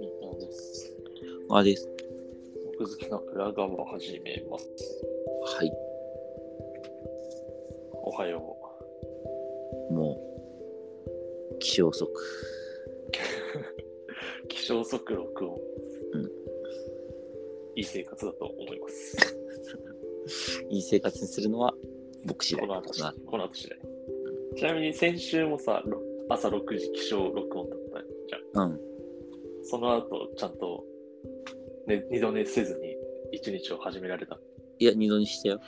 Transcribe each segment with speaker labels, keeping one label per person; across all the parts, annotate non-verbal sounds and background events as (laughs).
Speaker 1: みんなです。
Speaker 2: あです。
Speaker 1: 奥付けの裏側を始めます。
Speaker 2: はい。
Speaker 1: おはよ
Speaker 2: もう、気象速。
Speaker 1: う。気象速録音。
Speaker 2: うん
Speaker 1: いい生活だと思い
Speaker 2: (laughs)
Speaker 1: ます。
Speaker 2: いい生活にするのは、僕次第
Speaker 1: この後し、この後次第。ちなみに先週もさ、ろ朝6時起床録音だったじゃん。
Speaker 2: うん。
Speaker 1: その後、ちゃんと、ね、二度寝せずに一日を始められた。
Speaker 2: いや、二度にしたよ。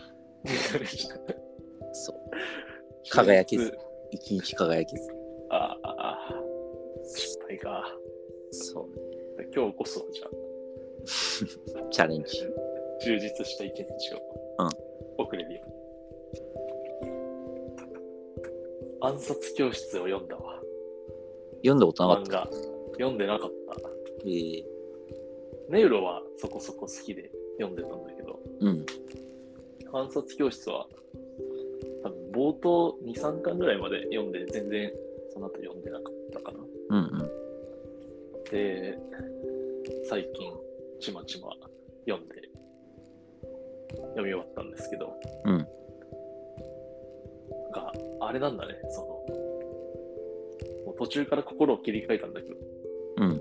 Speaker 2: そう。 (laughs) 輝けず。一日輝けず。
Speaker 1: (laughs) ああ、ああ、失敗か。
Speaker 2: そうね。
Speaker 1: 今日こそ、じゃあ。
Speaker 2: チャレンジ。
Speaker 1: 充実した一日
Speaker 2: う
Speaker 1: を
Speaker 2: ん
Speaker 1: 送れるよ、暗殺教室を読んだわ
Speaker 2: 読んだことなかっ
Speaker 1: 漫画読んでなかった
Speaker 2: た。えー、
Speaker 1: ネウロはそこそこ好きで読んでたんだけど
Speaker 2: うん。
Speaker 1: 暗殺教室は多分冒頭23巻ぐらいまで読んで全然その後読んでなかったかな
Speaker 2: うんうん。
Speaker 1: で最近ちまちま読んで読み終わったんですけど、
Speaker 2: うん
Speaker 1: なんかあれなんだねそのもう途中から心を切り替えたんだけど
Speaker 2: うん。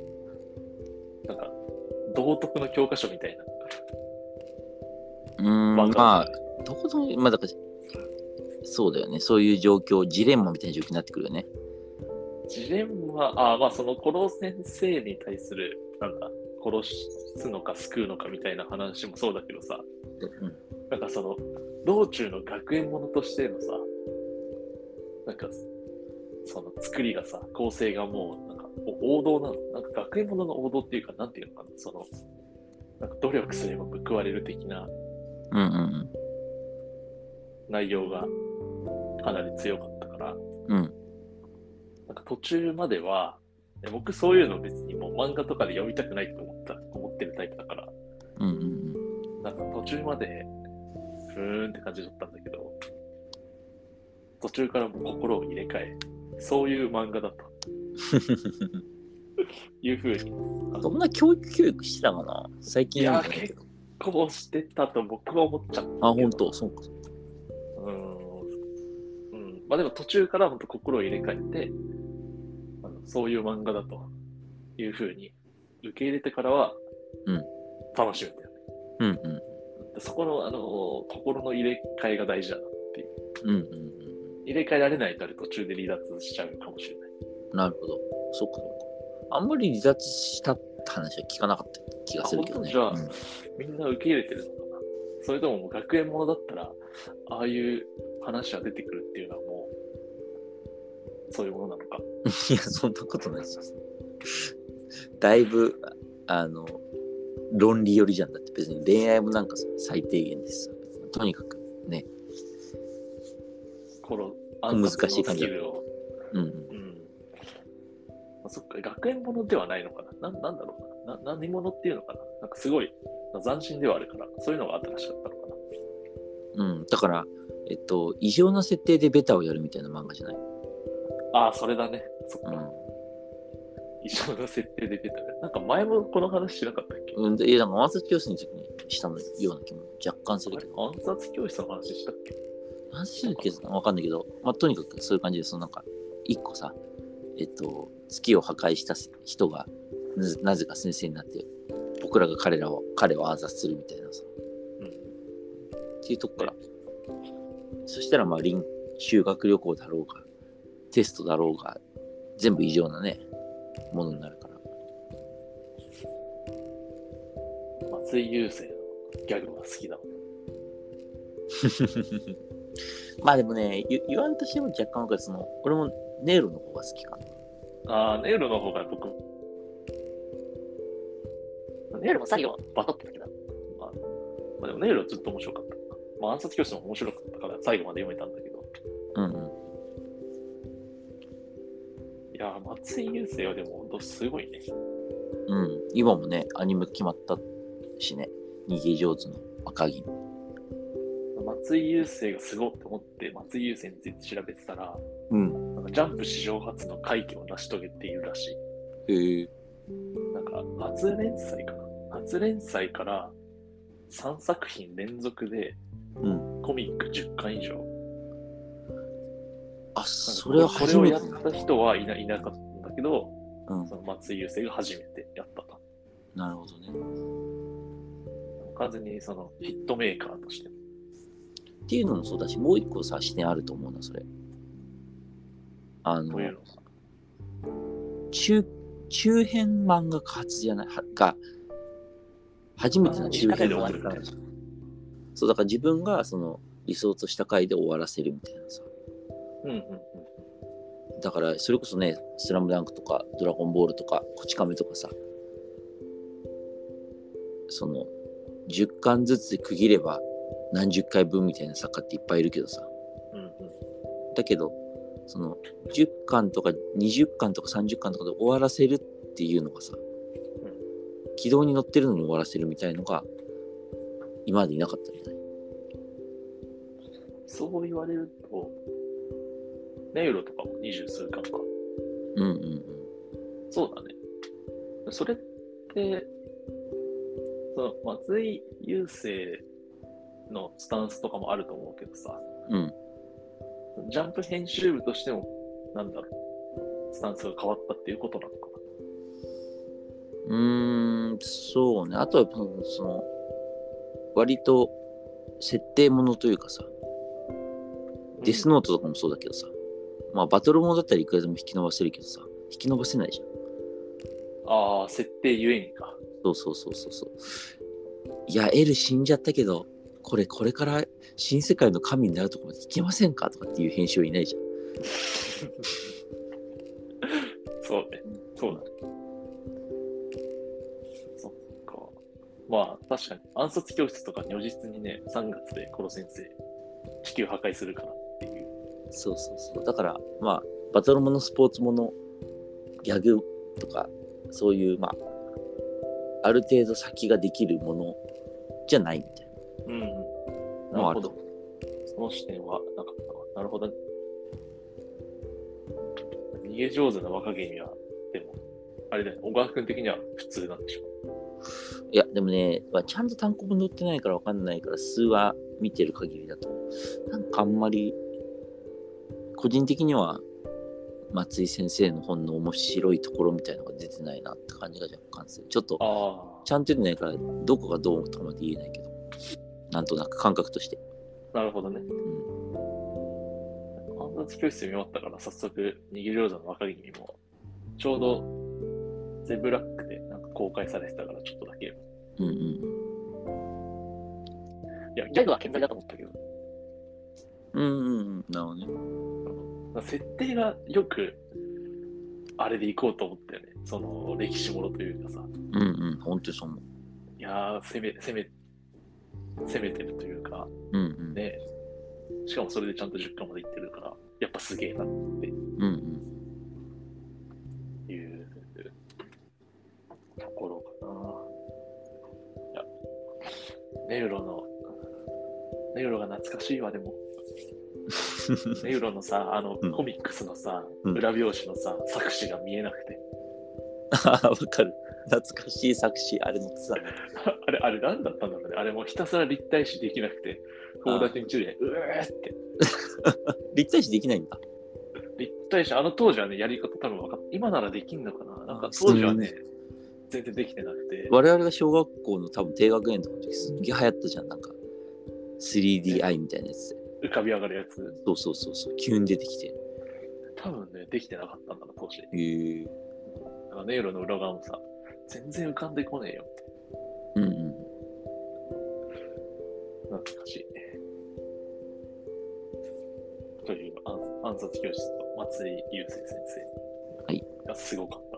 Speaker 1: なんか道徳の教科書みたいな
Speaker 2: うーん、
Speaker 1: 漫画
Speaker 2: まあ、どこでも、まあ、だから、そうだよね。そういう状況、ジレンマみたいな状況になってくるよね。
Speaker 1: ジレンマあまあその殺先生に対するなんだ殺すのか救うのかみたいな話もそうだけどさ
Speaker 2: うん。
Speaker 1: なんかその道中の学園ものとしてのさなんかその作りがさ構成がもうなんかお王道なのなんか学園ものの王道っていうかなんていうのかなそのなんか努力すれば報われる的な
Speaker 2: うんうん
Speaker 1: 内容がかなり強かったから
Speaker 2: うん。うん。
Speaker 1: なんか途中まではえ僕そういうの別にもう漫画とかで読みたくないと思った思ってるタイプだから
Speaker 2: うんうん
Speaker 1: なんか途中まで、ふーんって感じだったんだけど、途中からもう心を入れ替え、そういう漫画だ
Speaker 2: (laughs)
Speaker 1: というふうに、
Speaker 2: うん。どんな教育教育してたかな最近読んだ
Speaker 1: いや
Speaker 2: け
Speaker 1: 結
Speaker 2: ど。
Speaker 1: こうしてたと僕は思っちゃったけど。
Speaker 2: あ、本当そうか。
Speaker 1: うーん。うん。まあでも途中から本当心を入れ替えて、あのそういう漫画だというふうに受け入れてからは、
Speaker 2: うん
Speaker 1: 楽しめたよね。
Speaker 2: うんうん。
Speaker 1: そこの、あの、心の入れ替えが大事だなっていう。
Speaker 2: うんうんうん。
Speaker 1: 入れ替えられないとあれ途中で離脱しちゃうかもしれない。
Speaker 2: なるほど。そっかそっか。あんまり離脱したって話は聞かなかった気がするけどね。
Speaker 1: あ本当じみんな受け入れてるのかなそれとももう学園ものだったら、ああいう話は出てくるっていうのはもう、そういうものなのか。
Speaker 2: うんいや、そんなことないです。だいぶ、あの、論理寄りじゃんだって別に恋愛もなんかさ最低限ですよ。とにかくね。
Speaker 1: この
Speaker 2: 難しい感じだ
Speaker 1: 暗殺のスキルを。
Speaker 2: うんうん。
Speaker 1: うん。あそっか、学園ものではないのかなななんだろうなな何者っていうのかななんかすごい斬新ではあるから、そういうのが新しかったのかな
Speaker 2: うん、だから、えっと、異常な設定でベタをやるみたいな漫画じゃない。
Speaker 1: ああ、それだね。そっ
Speaker 2: う
Speaker 1: か。異常な設定で出たね。なんか前もこの話しなかったっけ
Speaker 2: ん。うん、でいや、なんか暗殺教室の時にしたのような気も若干するけど、
Speaker 1: 暗殺教室の話したっけ
Speaker 2: 何してるっけどわかんないけど、まあ、とにかくそういう感じで、そのなんか、一個さ、えっと、月を破壊した人が、なぜなぜか先生になって、僕らが彼らを、彼を暗殺するみたいなさ、
Speaker 1: うん。
Speaker 2: っていうとこから。そしたら、まあ、臨修学旅行だろうが、テストだろうが、全部異常なね、ものになるから。
Speaker 1: 松井優生のギャグは好きだもん。
Speaker 2: まあでもね、言言わんとしても若干わかる、その、俺もネイロの方が好きかな。
Speaker 1: ああ、ネイルの方が僕。ネイルも最後、バタッとだけど。まあ、まあ、でもネイルはずっと面白かった。まあ暗殺教室も面白かったから最後まで読めたんだけど。
Speaker 2: うんうん。
Speaker 1: いやー、松井優生はでも本当すごいね。
Speaker 2: うん、今もね、アニメ決まったしね、逃げ上手の赤木。
Speaker 1: 松松井優生がすごって思って、松井優生について調べてたら、
Speaker 2: うん。
Speaker 1: なんかジャンプ史上初の快挙を成し遂げているらしい。
Speaker 2: へえ。
Speaker 1: なんか、初連載かな初連載から3作品連続で
Speaker 2: うん。
Speaker 1: コミック10巻以上。
Speaker 2: あ、それは
Speaker 1: こ
Speaker 2: 初
Speaker 1: れを
Speaker 2: め
Speaker 1: や
Speaker 2: て
Speaker 1: っ
Speaker 2: な
Speaker 1: た人はいないなかったんだけど、
Speaker 2: うん
Speaker 1: そ。の松井優生が初めてやったと。
Speaker 2: なるほどね。
Speaker 1: 完全にそのヒットメーカーとして。
Speaker 2: っていうのもそうだし、もう一個さ、視点あると思うな、それ。あの
Speaker 1: と、いうのが
Speaker 2: 中、中編漫画家初じゃない、はが、初めての中編漫画家
Speaker 1: あ
Speaker 2: そう、だから自分がその理想とした回で終わらせるみたいなさ。
Speaker 1: うんうんうん。
Speaker 2: だから、それこそね、スラムダンクとか、ドラゴンボールとか、こち亀とかさ、その、10巻ずつで区切れば何十回分みたいな作家っていっぱいいるけどさ。
Speaker 1: うんうん
Speaker 2: だけどその10巻とか20巻とか30巻とかで終わらせるっていうのがさ、軌道に乗ってるのに終わらせるみたいのが今までいなかったみたい
Speaker 1: そう言われると、ネウロとかも二十数巻か。
Speaker 2: うんうんうん
Speaker 1: そうだね。それって、その松井優生のスタンスとかもあると思うけどさ、
Speaker 2: うん
Speaker 1: ジャンプ編集部としても、なんだろう、スタンスが変わったっていうことなのか
Speaker 2: うーんそうねあとはそのその割と設定ものというかさ、
Speaker 1: な。
Speaker 2: デスノートとかもそうだけどさまあバトルものだったらいくらでも引き伸ばせるけどさ引き伸ばせないじゃん
Speaker 1: ああ、設定ゆえにか。
Speaker 2: そうそうそうそうそう。いや、エル死んじゃったけど、これ、これから新世界の神になるとこまでいけませんかとかっていう編集はいないじゃん。
Speaker 1: そうね。そうだね。そっか。まあ、確かに、暗殺教室とか如実にね、3月でこの先生、地球破壊するからっていう。
Speaker 2: そうそうそう。だから、まあ、バトルもの、スポーツもの、ギャグとか、そういう、まあ、ある程度先ができるものじゃないみたい
Speaker 1: う
Speaker 2: な。
Speaker 1: ん。
Speaker 2: まあ
Speaker 1: な
Speaker 2: あ
Speaker 1: るほ
Speaker 2: ると
Speaker 1: ど。その視点はなかったわ。なるほどね。逃げ上手な若君は、でも、あれだよ、ね、小川君的には普通なんでしょ
Speaker 2: いや、でもね、まあ、ちゃんと単行本載ってないからわかんないから、数話見てる限りだと、なんかあんまり、個人的には、松井先生の本の面白いところみたいのが出てないなって感じが若干する。ちょっと、
Speaker 1: あ
Speaker 2: ちゃんと読んでないから、どこがどうとかまで言えないけど、なんとなく感覚として。
Speaker 1: あ、なるほどね。
Speaker 2: うん、
Speaker 1: 暗殺教室見終わったから、早速、逃げ上手の若君も、ちょうど、ゼブラックでなんか公開されてたから、ちょっとだけ。い
Speaker 2: うん、うん
Speaker 1: や、ギャグは健在だと思ったけど、
Speaker 2: うん。うんうんうん。なるほどね。
Speaker 1: 設定がよく、あれで行こうと思ったよね。その、歴史ものというかさ。
Speaker 2: うんうん。本当にそう思う。
Speaker 1: いやー、攻め、攻め、攻めてるというか、
Speaker 2: うんうん。
Speaker 1: ね、しかもそれでちゃんと10巻までいってるから、やっぱすげえなっ
Speaker 2: うんうん。
Speaker 1: ていうところかな。いや、ネウロの、ネウロが懐かしいわ、でも。ネウロのさ、あの、
Speaker 2: うん
Speaker 1: コミックスのさ、
Speaker 2: うん
Speaker 1: 裏表紙のさ、作詞が見えなくて。 (laughs)
Speaker 2: ああ、わかる。懐かしい作詞、あれのさ。
Speaker 1: あれ、あれ何だったんだろうね。あれもうひたすら立体視できなくて、友達に注意で、うーって。
Speaker 2: 立体視できないんだ。
Speaker 1: 立体視、あの当時はね、やり方多分分かっ今ならできんのかななんか当時はね、全然できてなくて、
Speaker 2: 我々が小学校の多分低学年とかの時すっげえ流行ったじゃんなんか 3DI みたいなやつで
Speaker 1: 浮かび上がるやつ、
Speaker 2: そうそうそうそう急に出てきて
Speaker 1: 多分ね、できてなかったんだな、当時。
Speaker 2: へえ
Speaker 1: あのネイロの裏側もさ、全然浮かんでこねえよ。
Speaker 2: うんうん
Speaker 1: 懐かしい。という暗暗殺教室と松井優生先生
Speaker 2: はい
Speaker 1: がすごかっ